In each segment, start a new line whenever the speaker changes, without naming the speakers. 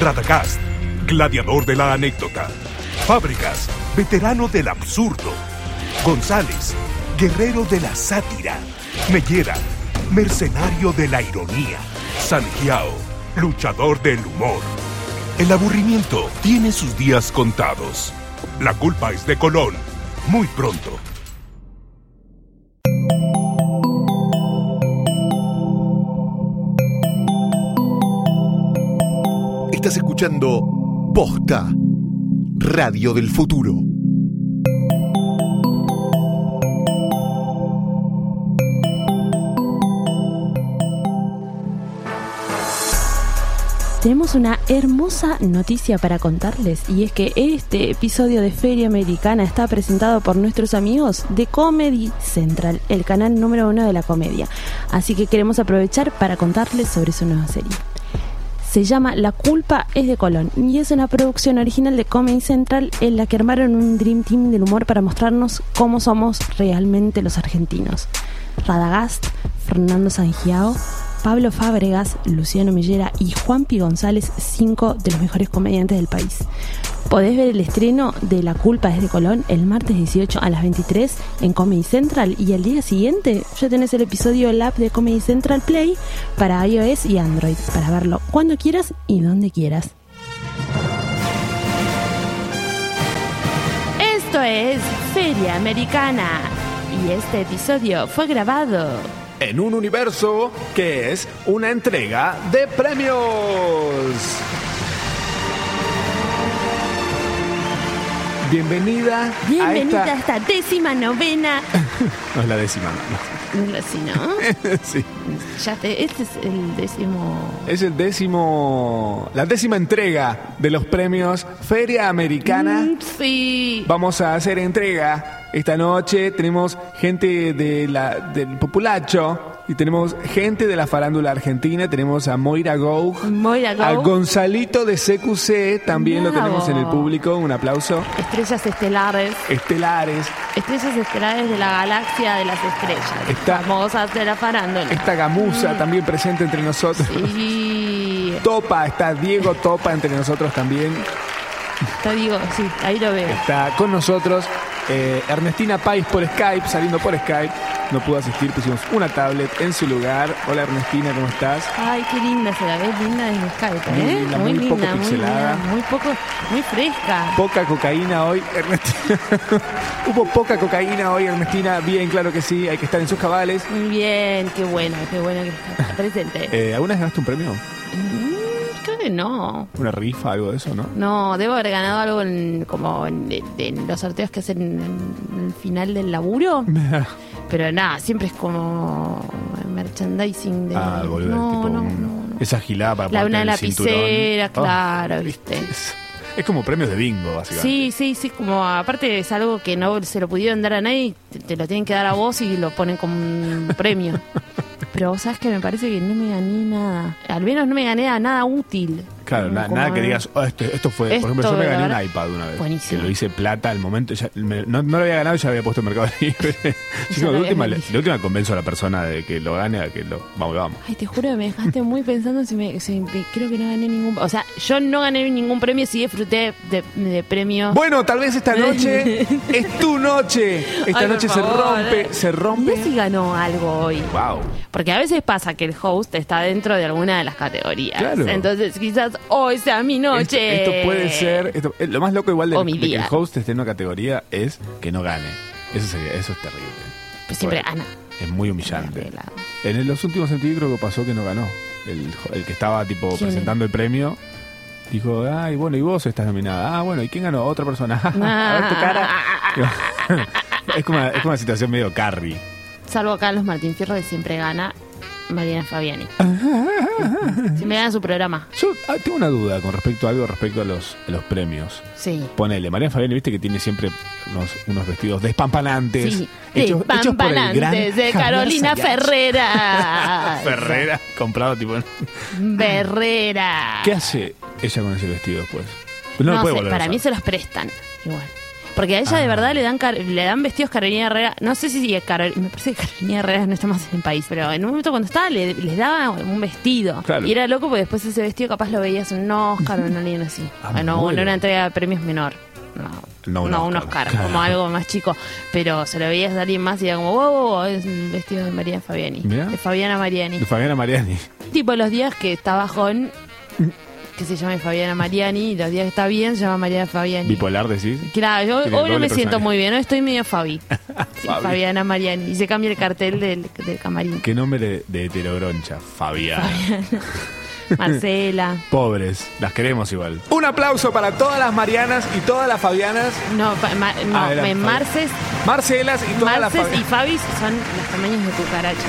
Radagast, gladiador de la anécdota. Fábricas, veterano del absurdo. González, guerrero de la sátira. Mellera, mercenario de la ironía. Sangiao, luchador del humor. El aburrimiento tiene sus días contados. La culpa es de Colón. Muy pronto.
Estás escuchando Posta, Radio del Futuro.
Tenemos una hermosa noticia para contarles y es que este episodio de Feria Americana está presentado por nuestros amigos de Comedy Central, el canal número uno de la comedia. Así que queremos aprovechar para contarles sobre su nueva serie. Se llama La culpa es de Colón y es una producción original de Comedy Central en la que armaron un Dream Team del humor para mostrarnos cómo somos realmente los argentinos. Radagast, Fernando Sangiao, Pablo Fábregas, Luciano Millera y Juanpi González, cinco de los mejores comediantes del país. Podés ver el estreno de La culpa desde Colón el martes 18 a las 23 en Comedy Central y al día siguiente ya tenés el episodio Lab de Comedy Central Play para iOS y Android para verlo cuando quieras y donde quieras. Esto es Feria Americana y este episodio fue grabado
en un universo que es una entrega de premios. Bienvenida,
Bienvenida
a
a esta décima novena.
esta... No es la décima, no,
No, si no,
no. sí.
ya te- este es el décimo.
Es el décimo... La décima entrega de los premios Feria Americana.
Mm, Sí.
Vamos a hacer entrega. Esta noche tenemos gente de la, del populacho y tenemos gente de la farándula argentina. Tenemos a Moira Goug.
Moira
A
Goug.
Gonzalito de CQC también lo
Bravo.
tenemos en el público. Un aplauso.
Estrellas estelares.
Estelares.
Estrellas estelares de la galaxia de las estrellas.
Está-
Famosas de la farándula.
Esta gamusa también presente entre nosotros.
Sí.
Topa, está Diego Topa entre nosotros también.
Te digo, sí, ahí lo veo.
Está con nosotros eh, Ernestina Pais por Skype, saliendo por Skype. No pudo asistir, pusimos una tablet en su lugar. Hola Ernestina, ¿cómo estás?
Ay, qué linda se la ve, linda desde Skype,
Muy
¿eh?
linda, muy poco pixelada.
linda, muy poco, muy fresca.
Poca cocaína hoy, Ernestina. Hubo poca cocaína hoy, Ernestina. Bien, claro que sí, hay que estar en sus cabales.
Muy bien, qué buena, qué buena que está presente.
Eh, ¿Alguna vez ganaste un premio?
Mm, Creo que no.
¿Una rifa, algo de eso, no?
No, debo haber ganado algo en, como en, en los sorteos que hacen en el final del laburo. Pero nada, siempre es como merchandising de.
ah, boludo,
no,
tipo
no,
un-
no, no.
esa gilada para
La
ponerte
una
en el
lapicera,
cinturón. Ah,
claro, viste.
Es, es como premios de bingo, básicamente.
Sí, sí, sí, como aparte es algo que no se lo pudieron dar a nadie, te, te lo tienen que dar a vos y lo ponen como un premio. Pero vos sabes que me parece que no me gané nada. Al menos no me gané a nada útil.
Claro,
Como-
na-
como-
nada que digas, "Oh, esto, esto fue.
Esto,
por ejemplo, yo me
la
gané
verdad-
un iPad una vez.
Buenísimo.
Que lo hice plata al momento. ya me- no, no lo había ganado y ya había puesto en Mercado Libre. Yo
lo
digo, de,
habías
última, le-
vendido.
de última convenzo a la persona de que lo gane, a que lo. Vamos, vamos.
Ay, te juro que me dejaste muy pensando si me, si me- creo que no gané ningún, o sea, yo no gané ningún premio, sí disfruté de, de premios.
Bueno, tal vez esta noche es tu noche. Esta
Ay, por
noche se
favor. eh.
rompe, se
Y
rompe.
si ganó algo hoy.
Wow.
Porque a veces pasa que el host está dentro de alguna de las categorías.
Claro.
Entonces quizás hoy sea mi noche.
Esto, esto puede ser. esto- eh, lo más loco, igual, de,
O mi
de que el
día.
host esté en una categoría es que no gane. Eso, sería, eso es terrible.
Pues siempre
Bueno,
Ana.
Es muy humillante.
Arreglado.
En el- los últimos sentidos creo que pasó que no ganó. El, jo- el que estaba tipo
¿Quién?
presentando el premio dijo, ay, bueno, y vos estás nominada. Ah, bueno, ¿y quién ganó? Otra persona. A ver tu
Ah.
cara. es, como, es como una situación medio carry.
Salvo Carlos Martín Fierro que siempre gana Mariana Fabiani. Si me dan su programa.
Yo ah, tengo una duda con respecto a algo, respecto a los, a los premios.
Sí.
Ponele, María Fabián, viste que tiene siempre unos, unos vestidos despampanantes.
Sí,
hechos, hechos por el gran
Despampanantes de
Javier
Carolina
Zayas.
Ferrera.
Ferrera, comprado tipo. en-
Ferrera.
¿Qué hace ella con ese vestido después? No, lo
No
puede
sé,
volver a
para
usar. Ah.
mí se los prestan. Igual. Porque a ella de verdad le dan car- le dan vestidos Carolina Herrera. No sé si es Carol- me parece que Carolina Herrera no está más en el país, pero en un momento cuando estaba le- les daba un vestido.
Claro.
Y era loco porque después ese vestido capaz lo veías en un Oscar o en alguien así.
Ah,
Ah, no,
muy
en
bien.
una entrega de premios menor. No,
No, un
no, un
Oscar.
Oscar,
Claro.
como algo más chico. Pero se lo veías a alguien más y era como, wow, es el vestido de María Fabiani.
Mirá.
De Fabiana Mariani
De Fabiana Mariani.
tipo los días que está bajón, que se llame Fabiana Mariani, y los días que está bien se llama Mariana Fabiani.
Bipolar, decís.
Claro, yo
Tiene
hoy
doble
no me siento
personalidad.
muy bien, hoy estoy medio Fabi. Sí,
Fabi.
Fabiana Mariani. Y se cambia el cartel del, del camarín.
Qué nombre de, de heterogroncha, Fabiana.
Marcela.
Pobres, las queremos igual. Un aplauso para todas las Marianas y todas las Fabianas,
No, fa- ma- no,
Ah, era
me-
Fabi.
Marces,
Marcelas y todas las
Marces y Fabis
Fabianas.
son los tamaños de cucaracha.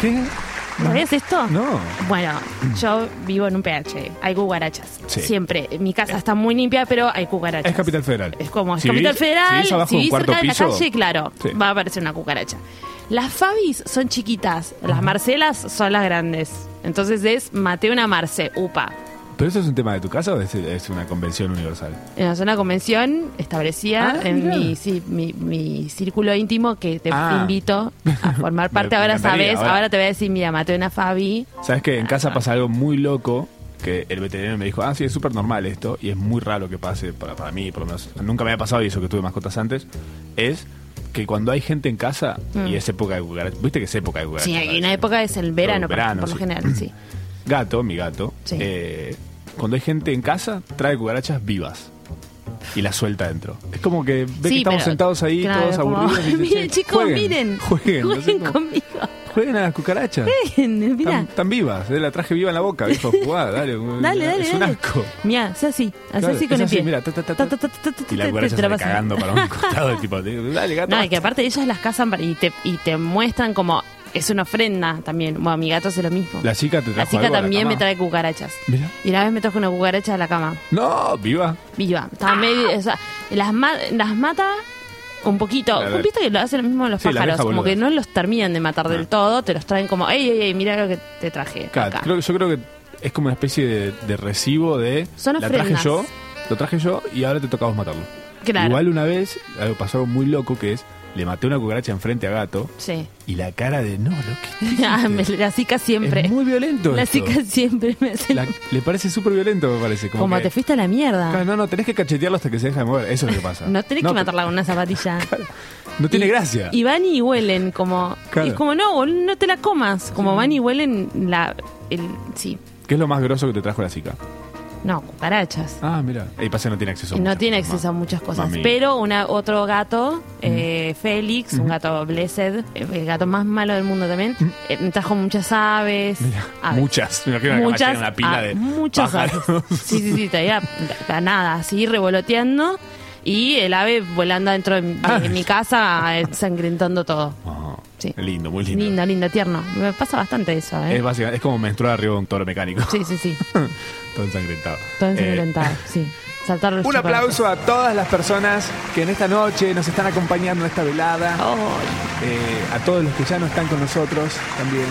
¿Qué?
¿Sabías esto?
No.
Bueno, yo vivo en un PH, hay cucarachas.
Sí. Eh.
Siempre. Mi casa está muy limpia, pero hay cucarachas.
Es Capital Federal.
Es como, es
Si
Capital
vivís- Si
Federal,
vivís abajo
si
de un
vivís
cuarto
cerca de la
piso,
calle, claro,
Sí.
va a aparecer una cucaracha. Las Fabis son chiquitas, las Marcelas son las grandes. Entonces es Mateo una Marce, upa.
¿Pero eso es un tema de tu casa o es, es una convención universal?
Es una convención establecida
Ah,
en
mirá.
mi, sí, mi- mi círculo íntimo que te
Ah.
invito a formar
Me-
parte.
me
ahora
encantaría,
sabes,
ahora.
ahora te voy a decir, mira, Mateo una Fabi.
¿Sabes que En casa pasa algo muy loco que el veterinario me dijo, ah, sí, es súper normal esto y es muy raro que pase para, para mí, por lo menos. Nunca me había pasado y eso que tuve mascotas antes. Es que cuando hay gente en casa y es época de cucarachas, viste que es época de cucarachas.
Mm. Sí, hay
¿sabes?
una época es el verano, por-
verano,
por, lo
sí.
general, sí.
Gato, mi gato,
Sí.
eh, cuando hay gente en casa, trae cucarachas vivas. Y las suelta dentro. Es como que ve que
Sí,
estamos
pero-
sentados ahí,
claro,
todos
como,
aburridos. y dice,
miren,
"Che,
chicos,
jueguen,
miren.
Jueguen, no sé
Jueguen
cómo-
conmigo.
jueguen a las cucarachas.
Mira.
Tan, tan vivas, eh, la traje viva en la boca, dijo, jugá, dale.
Dale, dale,
es un
dale.
asco.
Mira, hace así, hace
Claro,
así con
es
el
así,
pie.
mira, ta, ta, ta, ta.
ta, ta, ta,
Y la
ta,
cucaracha
te
se
la
va
pasan.
cagando para un costado, tipo, dale, gato.
No, y
basta.
que aparte ellas las cazan para- y te, y te muestran como. Es una ofrenda también. Bueno, mi gato hace lo mismo.
La chica te
La
trajo
chica
algo a la
también
cama.
me trae cucarachas.
Mira.
Y una vez me trajo una cucaracha a la cama.
No, viva.
Viva. Estaba medio. o sea, las, ma- las mata un poquito.
Claro.
Viste que lo hacen lo mismo los
Sí, las
pájaros.
deja
Como
boludas.
que no los terminan de matar del todo. Te los traen como. ¡Ey, ey, ey! Mira lo que te traje.
Claro,
acá".
creo- yo creo que es como una especie de, de recibo de.
Son
la traje
ofrendas.
yo, lo traje yo y ahora te toca a vos matarlo.
Claro.
Igual una vez algo pasó algo muy loco que es: le maté una cucaracha enfrente a gato
Sí.
y la cara de no, lo que.
Ah, me- la cica siempre.
Es muy violento.
La
esto.
chica siempre me hace.
La- le parece súper violento, me parece. Como,
como
que-
te fuiste a la mierda.
Claro, No, no, tenés que cachetearlo hasta que se deja de mover. Eso es lo que pasa.
Ah. no tenés que
pero-
matarla con una zapatilla.
No tiene
Y-
gracia.
Y van y huelen como.
Claro.
y es como, no, boludo, no te la comas. Como van y huelen la. El, sí.
¿Qué es lo más grosso que te trajo la chica?
No, cucarachas.
Ah, mira. Y pasa que no tiene acceso a
No
Ah, muchas
tiene
cosas
acceso a
más.
muchas cosas.
Mami.
Pero una, otro gato, eh, Félix, un gato blessed, eh, el gato más malo del mundo también, eh, me trajo muchas aves. aves.
Muchas. Me imagino que muchas, una pila
ah,
de
muchas
pájaros.
aves. Sí, sí, sí, traía la nada, así revoloteando. Y el ave volando dentro de, mi- de
Ah.
mi casa, eh, sangrentando todo.
Oh,
Sí.
Lindo, muy lindo.
Lindo, lindo, tierno. Me pasa bastante eso, ¿eh?
Es, básicamente, es como menstruar arriba de un toro mecánico.
Sí, sí, sí.
Todo ensangrentado.
Todo
Eh,
ensangrentado, sí. Saltar los
un
chocolates.
aplauso a todas las personas que en esta noche nos están acompañando en esta velada.
Oh. Ay,
Eh, a todos los que ya no están con nosotros también.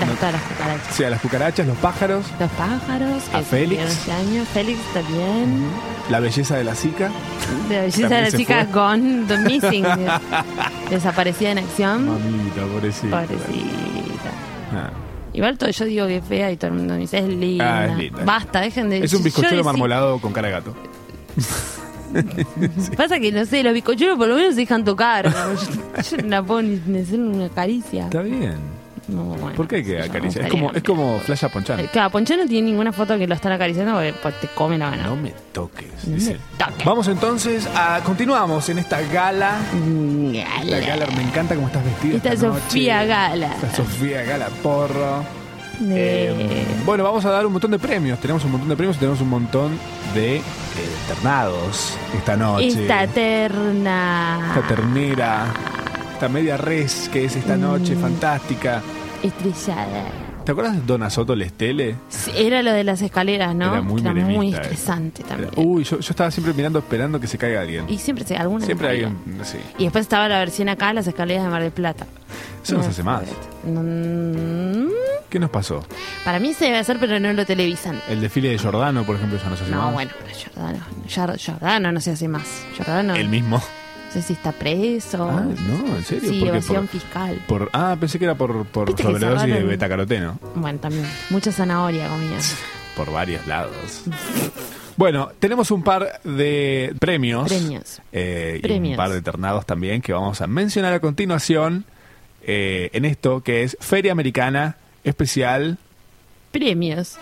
las todas las cucarachas.
Sí, a las cucarachas, los pájaros,
Los pájaros. que
A Félix.
estuvieron Este año. Félix también.
la belleza de la zika.
La belleza de
Mm. También
la
se
chica
fue.
gone, the missing. Desaparecida en acción.
Mamita, pobrecita.
Pobrecita.
Ah.
Igual todo, yo digo que es fea y todo el mundo me dice, es linda.
Ah, es linda.
Basta, dejen de
Es un
yo
bizcochuelo
decí-
marmolado con cara de gato.
Pasa que, no sé, los bizcochuelos por lo menos se dejan tocar. ¿no? Yo, yo no la puedo ni ni hacer una caricia.
Está bien.
No, bueno,
¿Por qué hay que
no sé,
acariciar?
no
Es como,
sé.
es como Flash Ponchano.
Eh, Claro, Poncho no tiene ninguna foto que lo están acariciando porque pues, te come la mano.
No me toques.
me
dice.
toques.
Vamos entonces a. Continuamos en esta gala. La
Gala.
gala, me encanta cómo estás vestida.
Esta
noche.
Sofía Gala.
Esta Sofía Gala Porro.
De-
Eh, bueno, vamos a dar un montón de premios. Tenemos un montón de premios y tenemos un montón de eh, ternados esta noche.
Esta terna.
Esta ternera. esta media res que es
Mm.
esta noche fantástica.
Estrellada.
¿Te acuerdas de Dona Soto Lestele?
Sí, Era lo de las escaleras, ¿no?
Era muy
Que
menemista,
muy
eh.
estresante
Era- uh,
también.
Uy, yo, yo estaba siempre mirando esperando que se caiga alguien.
Y siempre se alguna
siempre
caía.
alguien, sí.
Y después estaba la versión acá, las escaleras de Mar del Plata.
Eso no se hace más.
Mm,
¿Qué nos pasó?
Para mí se debe hacer, pero no lo televisan.
El desfile de Giordano, por ejemplo, eso no se hace
No,
más.
bueno, pero Jordano, Jor- Jordano no se hace más. Jordano,
El mismo.
no sé si está preso.
Ah, no, en serio.
Sí,
¿Por qué?
evasión
Por-
fiscal.
Por, ah, pensé que era por, por
Viste que
sobredosis de
cerraron-
betacaroteno.
Bueno, también. Mucha zanahoria comía.
Por varios lados. bueno, tenemos un par de premios.
Premios.
Eh, Y un
Premios.
par de ternados también que vamos a mencionar a continuación eh, en esto que es Feria Americana Especial.
Premios.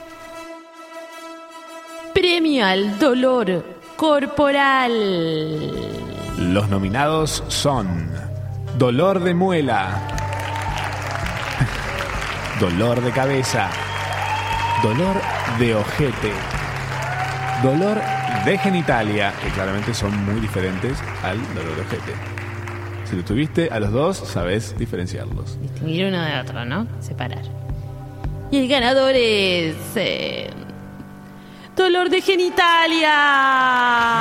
Premio al dolor corporal.
Los nominados son Dolor de muela, Dolor de cabeza, Dolor de ojete, Dolor de genitalia, que claramente son muy diferentes al dolor de ojete. Si lo tuviste a los dos, sabes diferenciarlos.
Distinguir uno de otro, ¿no? Separar. Y el ganador es. eh, dolor de genitalia.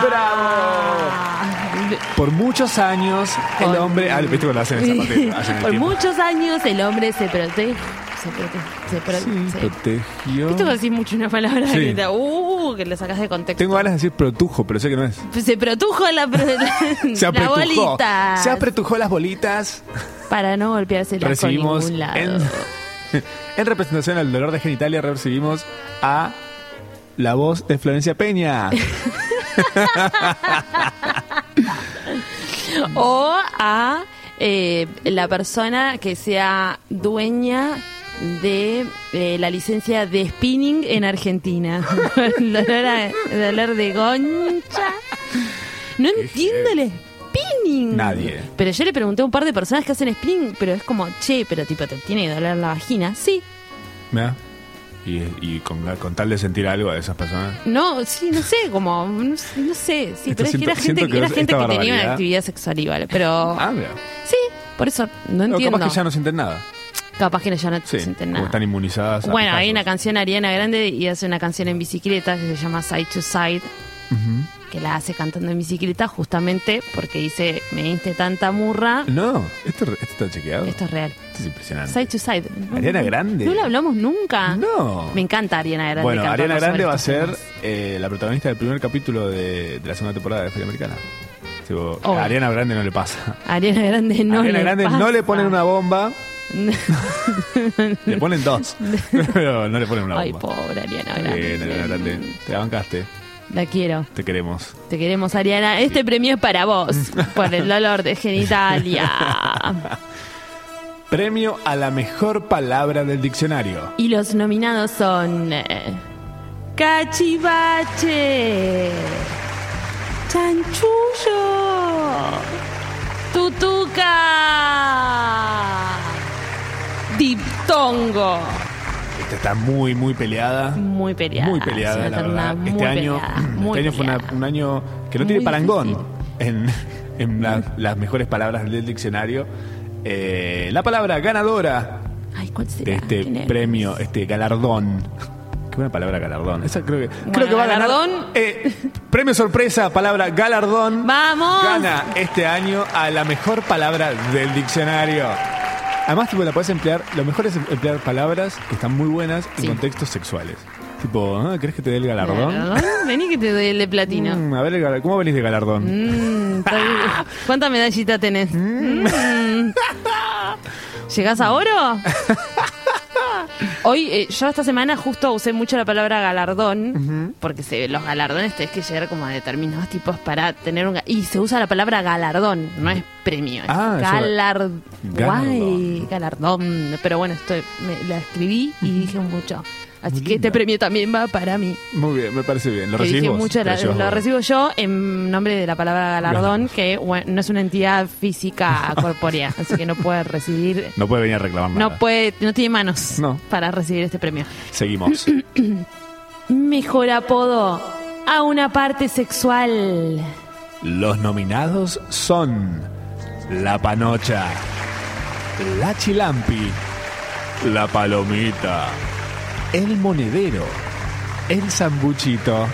¡Bravo!
Por muchos años, el hombre. Ah, viste cuando hacen esa parte. hacen el
Por
tiempo.
muchos años el hombre se protege. Se protege. Se pro-
Sí,
se-
protegió.
Viste cuando decís mucho una palabra
Sí.
que, te- uh, que le sacas de contexto.
Tengo ganas de decir protujo, pero sé que no es.
Se produjo la, pro-
Se
la
apretujó.
bolita.
Se apretujó las bolitas.
Para no golpearse la con
recibimos
ningún lado.
en, en representación al dolor de genitalia recibimos a la voz de Florencia Peña
O a eh, la persona que sea dueña de eh, la licencia de spinning en Argentina. El dolor, a- el dolor de goncha. No entiendo el spinning.
Nadie.
Pero yo le pregunté a un par de personas que hacen spinning, pero es como, che, pero tipo, ¿te tiene que doler la vagina? Sí.
Mirá. y, y con, con tal de sentir algo de esas personas
No, sí, no sé, como, no, sé, no sé. Sí,
Esto
pero es que
siento-
era gente,
siento que
era
esta
gente que tenía
barbaridad-
una actividad sexual igual, pero...
ah mira
Sí, por eso no
No,
entiendo.
capaz que ya no sienten nada
Capaz que no, ya no
sí
sienten
como
nada.
están inmunizadas a
Bueno, hay
pasos.
una canción de Ariana Grande y hace una canción en bicicleta que se llama Side to Side, que la hace cantando en bicicleta justamente porque dice, me diste tanta murra.
no esto, esto está chequeado
Esto es real.
Esto es impresionante
Side to Side.
Ariana Grande.
No lo hablamos nunca.
No.
Me encanta Ariana Grande.
bueno
cantar
Ariana
sobre
Grande va a
estos
ser
temas.
eh, la protagonista del primer capítulo de, de la segunda temporada de Feria Americana Tipo,
Oh.
a Ariana Grande no le pasa
Ariana Grande no
a Ariana
le
Grande no
pasa.
le ponen una bomba Le ponen dos. Pero no le ponen una bomba.
Ay, pobre Ariana Grande.
Bien, Ariana Grande. Te la bancaste.
La quiero.
Te queremos.
Te queremos, Ariana. Este premio es para vos, por el dolor de genitalia.
Premio a la mejor palabra del diccionario.
Y los nominados son. eh, Cachivache. Chanchullo. Tutuca. Diptongo.
Esta está muy, muy peleada.
Muy peleada.
Muy
es
peleada,
una
la
terna
verdad.
muy
Este año,
peleada,
este
muy
año fue una-
peleada.
un año que no tiene
Muy
parangón
difícil.
en, en la- las mejores palabras del diccionario. Eh, la palabra ganadora
Ay, ¿cuál
de
será?
este
¿Quién es?
premio, este galardón. Qué buena palabra galardón. Esa creo que, creo
Bueno,
que va a ganar.
galardón.
eh, premio sorpresa, palabra galardón.
¡Vamos!
Gana este año a la mejor palabra del diccionario. Además, tipo, la puedes emplear. Lo mejor es emplear palabras que están muy buenas en
Sí.
contextos sexuales. Tipo, ¿ah, ¿querés que te dé el galardón?
Galardón. Vení que te doy el de platino.
Mm, a ver, el galar- ¿cómo venís de galardón?
Mm, está bien. ¿Cuánta medallita tenés? Mm. ¿Llegás a oro? Hoy, eh, yo esta semana justo usé mucho la palabra galardón, porque se, los galardones tenés que llegar como a determinados tipos para tener un... ga- Y se usa la palabra galardón, no es premio, es
Ah, eso-
galar-
Galardón.
guay, galardón. Pero bueno, estoy, me- la escribí y dije mucho. Así que este premio también va para mí
Muy bien, me parece bien. ¿Lo
que
recibís
dije
vos?
mucho,
Te
la-
lo llevas
lo
vos.
recibo yo en nombre de la palabra galardón, que bueno, no es una entidad física corpórea, así que no puede recibir,
No puede venir a reclamar
no
nada.
puede, no tiene manos
No.
para recibir este premio.
Seguimos.
Mejor apodo a una parte sexual.
Los nominados son la panocha, la chilampi, la palomita, el monedero, el sambuchito,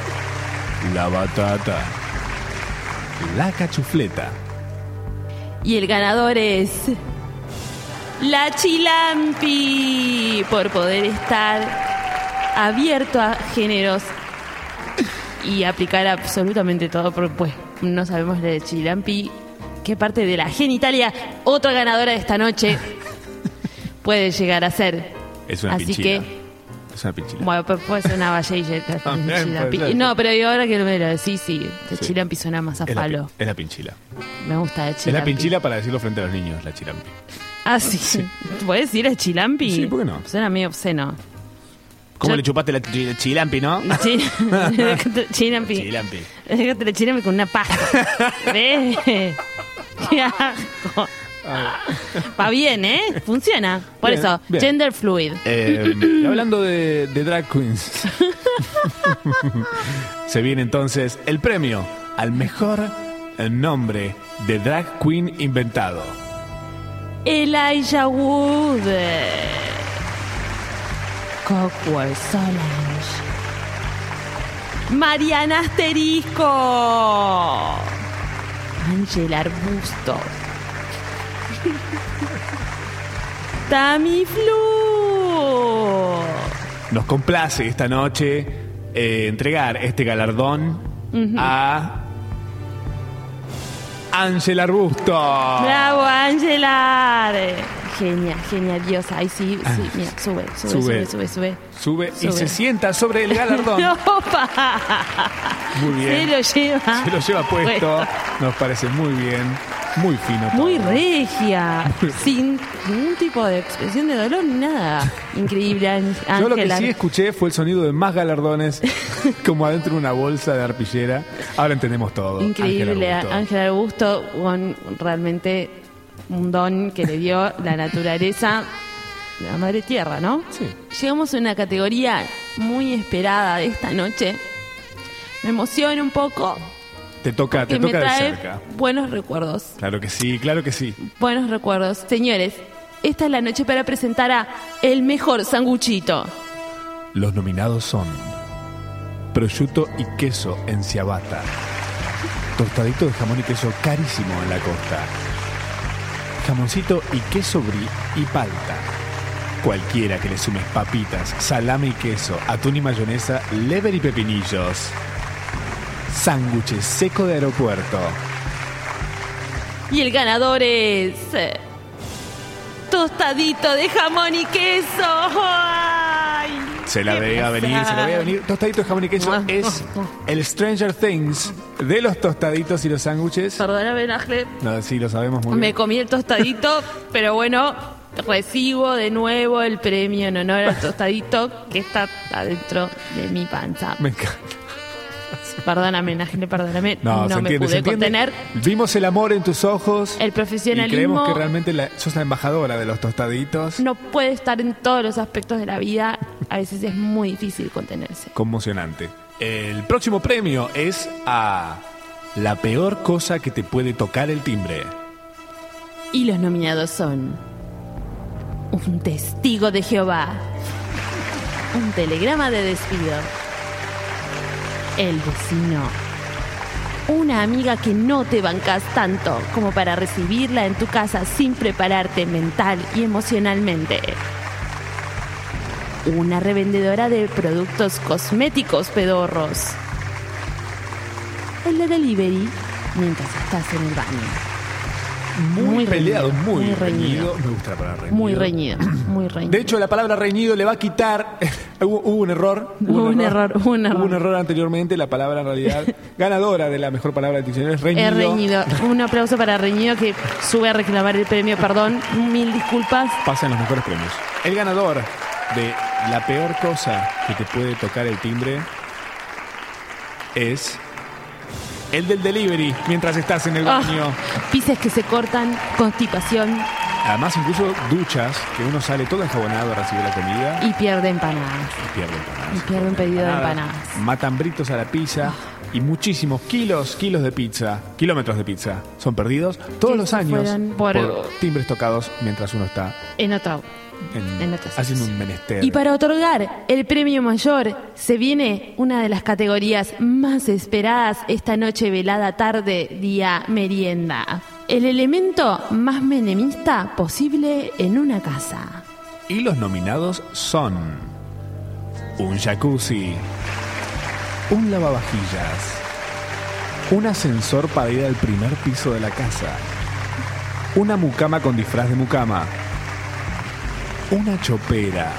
la batata, la cachufleta.
Y el ganador es. La Chilampi. Por poder estar abierto a géneros y aplicar absolutamente todo. por- Pues no sabemos la de Chilampi. ¿Qué parte de la genitalia otra ganadora de esta noche puede llegar a ser?
Es una
Así
pinchila.
que-
Es una pinchila.
Bueno, pues puede ser una vallelleta.
También
Chilampi.
puede ser.
No, pero yo ahora que me lo decís, sí. De
Sí.
Chilampi suena más a
es, la, pin-
falo.
es la pinchila.
Me gusta de
Es
Chilampi.
la pinchila para decirlo frente a los niños, la chilampi.
Ah, sí. ¿Puedes decir a Chilampi?
Sí, ¿por qué no?
Suena medio obsceno.
¿Cómo
Yo-
le chupaste la chi- la chilampi, no?
Sí, déjate- Chilampi.
Chilampi.
Déjate la chilampi con una pasta. ¿Ves? Qué asco. Va bien, ¿eh? Funciona. Por
Bien,
eso,
bien.
gender fluid.
Eh, y hablando de, de drag queens, se viene entonces el premio al mejor nombre de drag queen inventado.
Elijah Wood. Cockwell Solange. Mariana Asterisco. Ángel Arbusto. Tammy Flu.
Nos complace esta noche eh, entregar este galardón a Ángel Arbusto.
Bravo,
Ah.
Ángela. Genia, genia, diosa. Ay, sí, sí, mira, sube, sube, sube, sube, sube.
Ah. Sube y
Sube.
se sienta sobre el galardón.
¡Opa!
Muy
Se
bien.
lo lleva. Ah,
Se lo lleva puesto. Nos parece muy bien. Muy fino. todo.
Muy regia, sin ningún tipo de expresión de dolor ni nada. Increíble, Ángel- Ángela.
Yo lo que sí escuché fue el sonido de más galardones, como adentro de una bolsa de arpillera. Ahora entendemos todo.
Increíble,
Ángel Arbusto.
Ángel Augusto, con realmente un don que le dio la naturaleza, la madre tierra, ¿no?
Sí.
Llegamos a una categoría muy esperada de esta noche. Me emociona un poco,
Te toca,
que
te
me
toca de
trae
cerca.
buenos recuerdos.
Claro que sí, claro que sí.
Buenos recuerdos. Señores, esta es la noche para presentar a el mejor sanguchito.
Los nominados son prosciutto y queso en ciabatta, tostadito de jamón y queso carísimo en la costa, jamoncito y queso brie y palta. Cualquiera que le sumes papitas, salame y queso, atún y mayonesa, lever y pepinillos. Sándwiches seco de aeropuerto.
Y el ganador es. eh, Tostadito de jamón y queso. ¡Ay!
Se la
qué
veía venir, se la veía
pesar.
venir. Tostadito de jamón y queso
Mua,
es
mua,
el Stranger Things de los tostaditos y los sándwiches.
Perdóname, Najle.
No, sí, lo sabemos muy
Me
bien.
comí el tostadito, pero bueno, recibo de nuevo el premio en honor al tostadito que está adentro de mi panza.
Me encanta.
Perdóname, Najle, perdóname.
No,
No,
se
me
entiende, se
pude
entiende.
contener.
Vimos el amor en tus ojos.
El
y
profesionalismo.
creemos que realmente la- sos la embajadora de los tostaditos.
no puede estar en todos los aspectos de la vida. A veces es muy difícil contenerse.
Conmocionante. El próximo premio es a la peor cosa que te puede tocar el timbre.
Y los nominados son un testigo de Jehová, un telegrama de despido, el vecino, una amiga que no te bancas tanto como para recibirla en tu casa sin prepararte mental y emocionalmente. Una revendedora de productos cosméticos pedorros. El de delivery mientras estás en el baño.
Muy,
Muy
peleado,
reñido,
muy,
muy
reñido.
reñido.
Me gusta la palabra reñido.
Muy reñido, muy reñido.
De hecho, la palabra reñido le va a quitar. hubo, hubo un error.
Hubo un error, hubo un error.
Hubo un error anteriormente. La palabra en realidad ganadora de la mejor palabra del diccionario es
He
reñido.
reñido. Un aplauso para Reñido que sube a reclamar el premio. Perdón, mil disculpas.
pasan los mejores premios. El ganador de la peor cosa que te puede tocar el timbre es el del delivery mientras estás en el
Ah,
baño.
Pises que se cortan, constipación,
Además, incluso duchas que uno sale todo enjabonado a recibir la comida
Y pierde empanadas.
y pierde empanadas.
Y pierde un pedido de empanadas. Ah.
Matan britos a la pizza y muchísimos kilos, kilos de pizza, kilómetros de pizza son perdidos todos
Que
los años
fueron
por,
por-
timbres tocados mientras uno está
En otra.
en-
En otras
haciendo un menester.
Y para otorgar el premio mayor, se viene una de las categorías más esperadas esta noche, velada, tarde, día, merienda. El elemento más menemista posible en una casa.
Y los nominados son un jacuzzi, un lavavajillas, un ascensor para ir al primer piso de la casa, una mucama con disfraz de mucama, una chopera,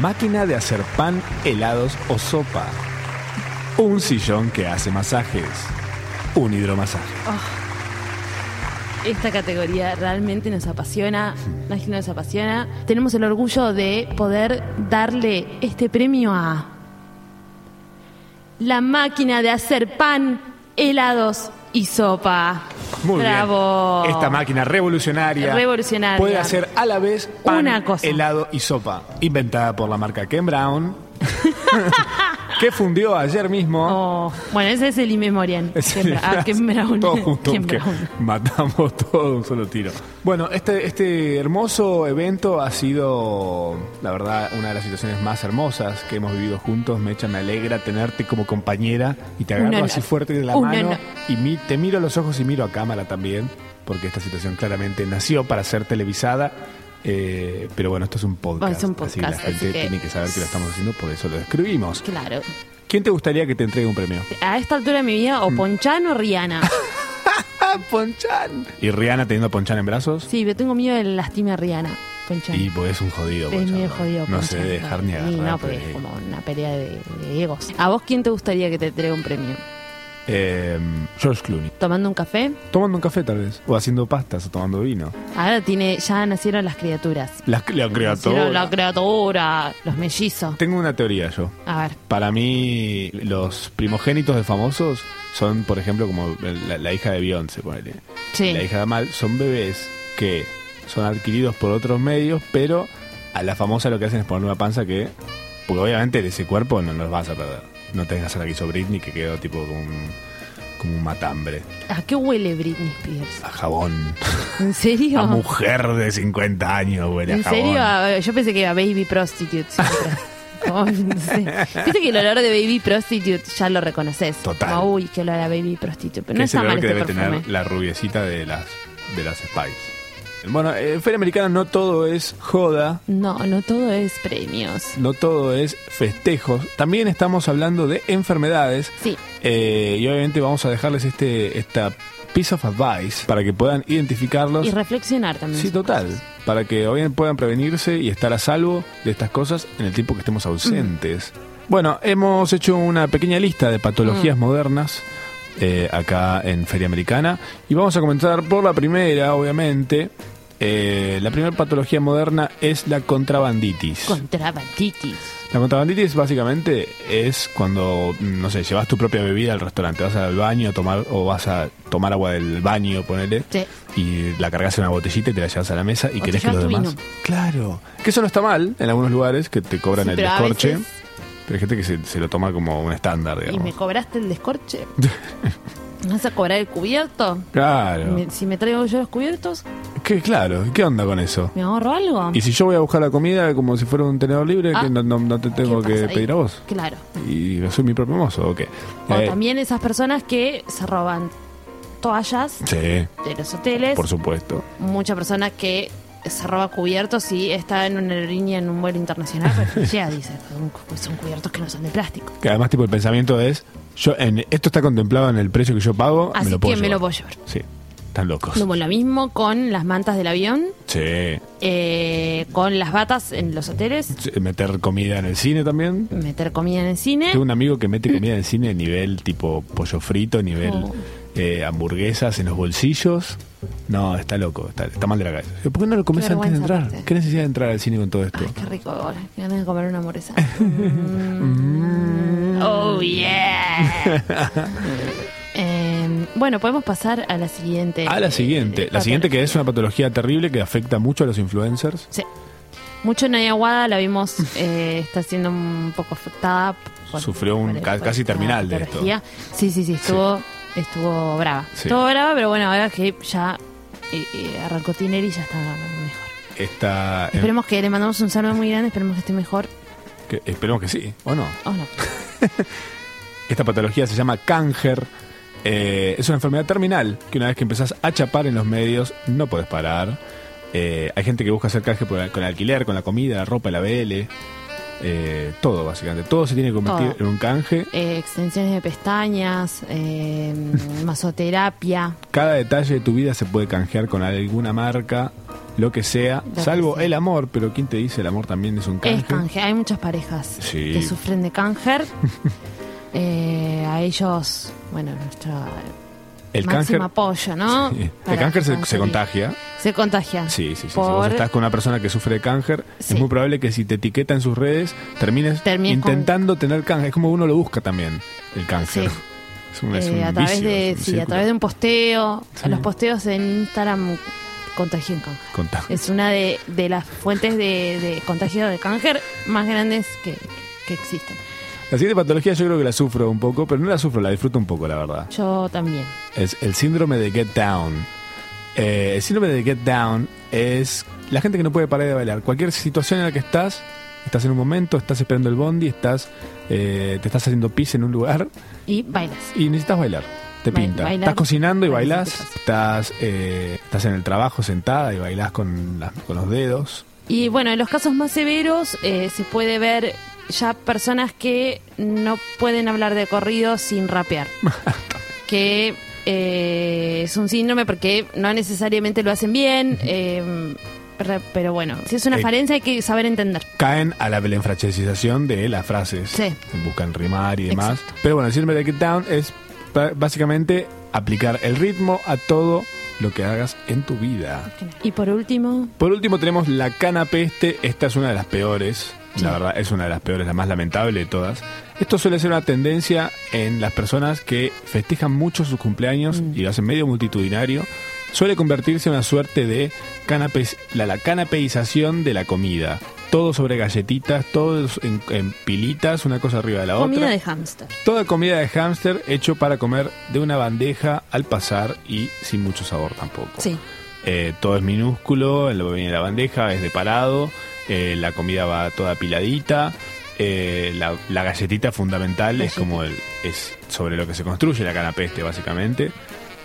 máquina de hacer pan, helados o sopa, un sillón que hace masajes, un hidromasaje.
Esta categoría realmente nos apasiona, Ángel nos apasiona. Tenemos el orgullo de poder darle este premio a la máquina de hacer pan, helados y sopa.
Muy
Bravo.
bien. Esta máquina revolucionaria,
Revolucionaria.
puede hacer a la vez pan,
Una cosa.
helado y sopa, inventada por la marca Ken Brown, que fundió ayer mismo.
Oh, Bueno, ese es el inmemorial.
Es
Ken
el-
Bra- ah, Ken Brown.
Todo junto,
Ken
que
Brown.
matamos todo de un solo tiro. Bueno, este, este hermoso evento ha sido, la verdad, una de las situaciones más hermosas que hemos vivido juntos. Mecha, me alegra tenerte como compañera y te agarro
honor.
así fuerte de la
Un
mano
honor.
y mi- te miro a los ojos y miro a cámara también, porque esta situación claramente nació para ser televisada. eh, pero bueno, esto es un podcast.
Es un podcast,
así la
así
gente
que-
tiene que saber que lo estamos haciendo, por eso lo escribimos.
Claro.
¿Quién te gustaría que te entregue un premio?
A esta altura de mi vida, o
Mm.
Ponchán o Rihanna.
Ponchan. ¿Y Rihanna teniendo a Ponchan en brazos?
Sí, pero tengo miedo de lastimar a Rihanna. Ponchán.
Y pues es un jodido,
es
Ponchan,
medio
¿no?
jodido.
No
Ponchán,
se debe dejar ni
Y
agarrar.
No, pero
por ahí.
es como una pelea de, de egos. ¿A vos quién te gustaría que te entregue un premio?
Eh, George Clooney.
¿Tomando un café?
Tomando un café, tal vez. O haciendo pastas, o tomando vino.
Ahora tiene, ya nacieron las criaturas.
Las, la criatura.
Nacieron la criatura, los mellizos.
Tengo una teoría yo.
A ver.
Para mí, los primogénitos de famosos son, por ejemplo, como la, la hija de Beyoncé, ponele.
Sí.
La hija de Amal son bebés que son adquiridos por otros medios, pero a la famosa lo que hacen es ponerle una panza que. Porque obviamente de ese cuerpo no nos vas a perder. No tengas que hacer la que hizo Britney, que quedó tipo como un, como un matambre.
¿A qué huele Britney Spears?
A jabón.
¿En serio?
A mujer de 50 años, huele a
¿En
jabón.
serio? Ah, Yo pensé que era Baby Prostitute. siempre. Como, no sé. Viste que el olor de Baby Prostitute ya lo reconoces.
Total.
Como, uy, qué olor a Baby Prostitute. Pero
que
no
es el
está
olor
mal
que
este
debe
perfume.
tener la rubiecita de las de las Spice. Bueno, en Feria Americana no todo es joda,
No, no todo es premios.
no todo es festejos. También estamos hablando de enfermedades.
Sí.
Eh, y obviamente vamos a dejarles este esta piece of advice para que puedan identificarlos.
Y reflexionar también.
Sí, total. Para que hoy puedan prevenirse y estar a salvo de estas cosas en el tiempo que estemos ausentes. Bueno, hemos hecho una pequeña lista de patologías modernas eh, acá en Feria Americana. Y vamos a comenzar por la primera, obviamente. Eh, la primera patología moderna es la contrabanditis.
Contra banditis.
La contrabanditis básicamente es cuando, mm, no sé, llevas tu propia bebida al restaurante, vas al baño a tomar o vas a tomar agua del baño, ponele,
Sí.
y la cargas en una botellita y te la llevas a la mesa y
O
querés
te
que los
llevas tu
demás...
vino.
Claro. Que eso no está mal en algunos lugares, que te cobran
Sí,
el
pero a
descorche,
veces-
pero hay gente que se, se lo toma como un estándar,
¿Y
digamos.
me cobraste el descorche? ¿Vas a cobrar el cubierto?
Claro.
Me- si me traigo yo los cubiertos,
¿Qué, claro, ¿qué onda con eso?
¿me ahorro algo?
Y si yo voy a buscar la comida como si fuera un tenedor libre,
Ah.
que no, no- no te tengo
¿Qué pasa
que
ahí?
pedir a vos. Eh.
Claro.
Y soy mi propio mozo, ¿o qué?
O
Eh,
también esas personas que se roban toallas
Sí,
de los hoteles.
por supuesto.
Muchas personas que se roba cubiertos y está en una aerolínea en un vuelo internacional. Pues ya dice, son, cu- son cubiertos que no son de plástico.
Que además, tipo, el pensamiento es: yo en, esto está contemplado en el precio que yo pago.
Así
me lo
que
puedo
me
llevar.
lo puedo llevar.
Sí, están locos.
Como lo mismo con las mantas del avión,
Sí.
eh, con las batas en los hoteles,
Sí, Meter comida en el cine también.
meter comida en el cine.
Tengo un amigo que mete comida en el cine nivel tipo pollo frito, nivel
Oh.
eh, hamburguesas en los bolsillos. No, está loco, está, está mal de la cabeza. ¿Por qué no lo comes
Qué
antes de
vergüenza,
entrar?
aparte.
¿Qué necesidad de entrar al cine con todo esto?
Ay, qué rico, ahora. Me ganas de comer una hamburguesa.
Mm.
Mm. Oh, yeah. Eh,
Em, Bueno, podemos pasar a la siguiente.
A la siguiente. La siguiente que es una patología terrible que afecta mucho a los influencers.
Sí. Mucho en Aguada la vimos, eh, está siendo un poco afectada.
Sufrió un ca-
esta
casi terminal de esto.
patología. Sí, sí, sí, estuvo, estuvo brava.
Sí.
Estuvo brava, pero bueno, ahora que ya eh, eh, arrancó Tineri ya está
Em.
mejor.
Está. en-
Esperemos que le mandamos un saludo muy grande, esperemos que esté mejor.
que- esperemos que sí, ¿o no?
Oh, no.
Esta patología se llama cánger. Eh, es una enfermedad terminal que una vez que empezás a chapar en los medios no podés parar. Eh, hay gente que busca hacer canje por- con el alquiler, con la comida, la ropa, la BL. eh, todo, básicamente. Todo se tiene que convertir
Todo.
en un canje.
Eh, extensiones de pestañas, eh, masoterapia.
Cada detalle de tu vida se puede canjear con alguna marca, lo que sea,
que
salvo
sea.
el amor, pero ¿quién te dice el amor también es un canje?
Es canje. Hay muchas parejas
Sí.
que sufren de cáncer. Eh, a ellos, bueno, nuestro
El
máximo
canje
apoyo, ¿no?
Sí. El
Para
cáncer se, se
conseguir.
contagia.
Se contagia.
Sí, sí, sí. Si vos
Por-
estás con una persona que sufre de cáncer,
Sí.
es muy probable que si te etiqueta en sus redes, termines
Termines con-
intentando tener cáncer. Es como uno lo busca también, el cáncer.
Sí.
Es un, es
eh,
un
a través
vicio,
de,
es un
sí, a
círculo.
través de un posteo.
Sí.
Los posteos en Instagram contagian cáncer.
Contá.
Es una de, de las fuentes de, de contagio de cáncer más grandes que, que existen.
La siguiente patología yo creo que la sufro un poco, pero no la sufro, la disfruto un poco, la verdad.
Yo también.
es el síndrome de Get Down. Eh, el síndrome de Get Down es la gente que no puede parar de bailar. Cualquier situación en la que estás, estás en un momento, estás esperando el bondi, estás, eh, te estás haciendo pis en un lugar
Y bailas.
y necesitas bailar. Te
Ba-
pinta.
bailar,
estás cocinando y
bailar
bailás,
en tu casa.
estás, eh, estás en el trabajo sentada y bailás con, las- con los dedos.
Y bueno, en los casos más severos eh, se puede ver ya personas que no pueden hablar de corrido sin rapear. que eh, es un síndrome porque no necesariamente lo hacen bien. eh, pero, pero bueno, si es una
Eh,
falencia hay que saber entender.
caen a la belenfrancesización de las frases.
Sí.
Buscan rimar y demás.
Exacto.
Pero bueno, el síndrome de Get Down es ba- básicamente aplicar el ritmo a todo lo que hagas en tu vida.
Y por último,
Por último tenemos la cana peste. Esta es una de las peores. La verdad, es una de las peores, la más lamentable de todas. Esto suele ser una tendencia en las personas que festejan mucho sus cumpleaños
Mm.
y lo hacen medio multitudinario. Suele convertirse en una suerte de canapes, la, la canapeización de la comida. Todo sobre galletitas, todos en, en pilitas, una cosa arriba de la
comida
otra.
de hámster.
Toda comida de hámster hecho para comer de una bandeja al pasar y sin mucho sabor tampoco.
Sí.
Eh, todo es minúsculo, lo que viene en la bandeja es de parado, eh, la comida va toda apiladita, eh, la, la galletita fundamental es como el, es sobre lo que se construye la canapeste básicamente.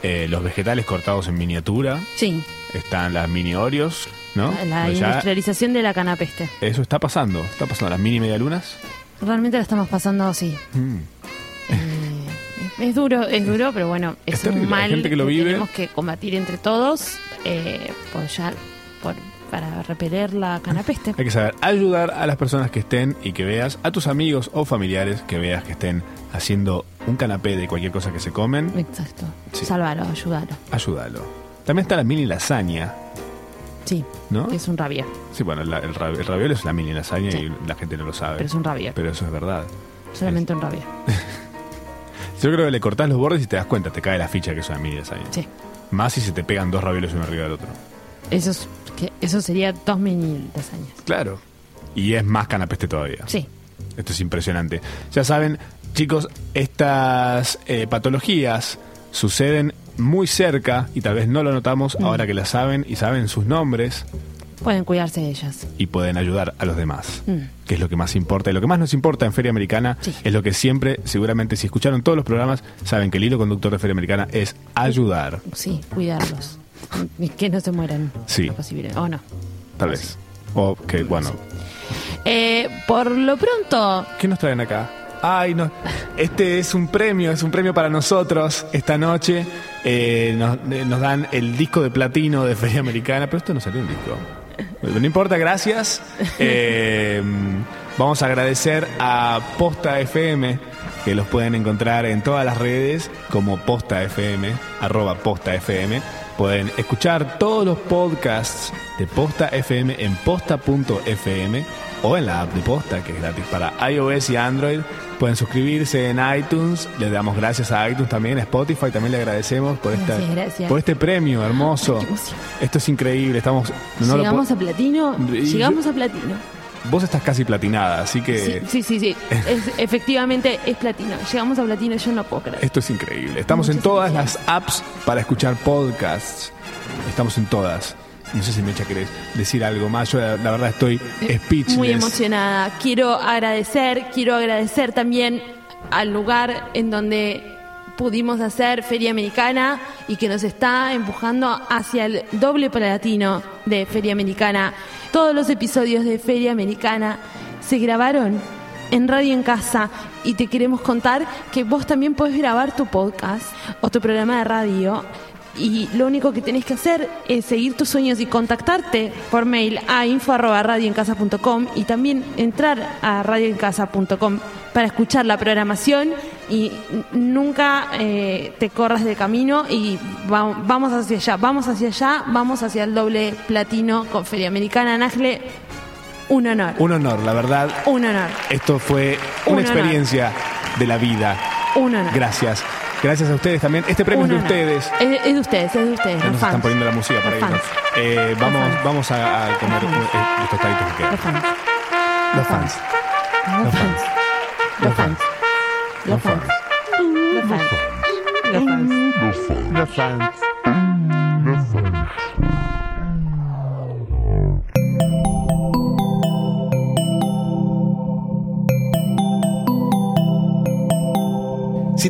Eh, los vegetales cortados en miniatura,
Sí.
están las mini Oreos, ¿no?
Ah, La
Pero ya
industrialización de la canapeste.
eso está pasando, está pasando, las mini medialunas.
Realmente la estamos pasando así.
Mm.
Eh, es duro, es duro, pero bueno, es,
Es terrible.
un
Hay
mal
gente que lo vive.
tenemos que combatir entre todos eh, por ya, por, para repeler la canapeste.
Hay que saber ayudar a las personas que estén y que veas, a tus amigos o familiares que veas que estén haciendo un canapé de cualquier cosa que se comen.
Exacto.
Sí.
Sálvalo, ayúdalo.
Ayúdalo. También está la mini lasaña,
Sí,
¿no?
es un rabia,
Sí, bueno, la- el, ra- el ravioli es la mini lasaña
Sí.
y la gente no lo sabe.
pero es un rabia,
Pero eso es verdad.
solamente un rabia.
Yo creo que le cortás los bordes y te das cuenta, te cae la ficha que es una mini lasaña.
Sí.
Más si se te pegan dos ravioles uno arriba del otro.
Eso, es, que, eso sería dos mini lasañas.
Claro. Y es más canapeste todavía.
Sí.
Esto es impresionante. Ya saben, chicos, estas eh, patologías suceden muy cerca y tal vez no lo
Mm.
notamos ahora que las saben y saben sus nombres
Pueden cuidarse de ellas.
y pueden ayudar a los demás.
Mm.
Que es lo que más importa. Y lo que más nos importa en Feria Americana
Sí.
es lo que siempre, seguramente, si escucharon todos los programas, saben que el hilo conductor de Feria Americana es ayudar.
Sí, cuidarlos. que no se mueran.
Sí.
Lo posible. O no.
Tal vez. O que, bueno.
Eh, por lo pronto,
¿Qué nos traen acá? Ay, no. Este es un premio, es un premio para nosotros esta noche. Eh, nos, eh, nos dan el disco de platino de Feria Americana, pero esto no salió un disco. Bueno, No importa, gracias. Eh, vamos a agradecer a Posta FM, que los pueden encontrar en todas las redes como Posta FM, arroba Posta FM. Pueden escuchar todos los podcasts de Posta FM en posta.fm o en la app de Posta, que es gratis para iOS y Android. Pueden suscribirse en iTunes. Les damos gracias a iTunes también, a Spotify también le agradecemos por, esta,
Gracias, gracias.
por este premio hermoso.
Ay, qué emoción.
Esto es increíble. Estamos. no lo
llegamos
po-
a platino,
Y-
llegamos a platino.
Vos estás casi platinada, así que.
Sí, sí, sí, sí. Es- efectivamente es platino. Llegamos a platino, yo no puedo creer.
Esto es increíble. Estamos en todas las apps para escuchar podcasts. Estamos en todas. No sé si Mecha querés decir algo más. Yo la, la verdad estoy speechless.
Eh, Muy emocionada. Quiero agradecer, quiero agradecer también al lugar en donde pudimos hacer Feria Americana y que nos está empujando hacia el doble platino de Feria Americana. Todos los episodios de Feria Americana se grabaron en Radio en Casa y te queremos contar que vos también podés grabar tu podcast o tu programa de radio y lo único que tenés que hacer es seguir tus sueños y contactarte por mail a info.radioencasa.com y también entrar a radioencasa.com para escuchar la programación y n- nunca eh, te corras de camino y va- vamos hacia allá, vamos hacia allá, vamos hacia el doble platino con Feria Americana. Nájle, un honor,
Un honor, la verdad.
un honor,
Esto fue
Un
una
honor.
experiencia de la vida.
un honor.
Gracias. Gracias a ustedes también. Este premio
un
es de
honor.
ustedes.
Es, es de ustedes, es de ustedes.
Nos
los
están
fans.
poniendo la música para
Los
irnos.
fans.
Eh, vamos,
fans.
vamos a, a comer
Los fans.
eh, los tostaditos que
Los
quedan.
fans.
Los fans.
Los fans. Los fans. Los fans. Los fans. Los fans.
Si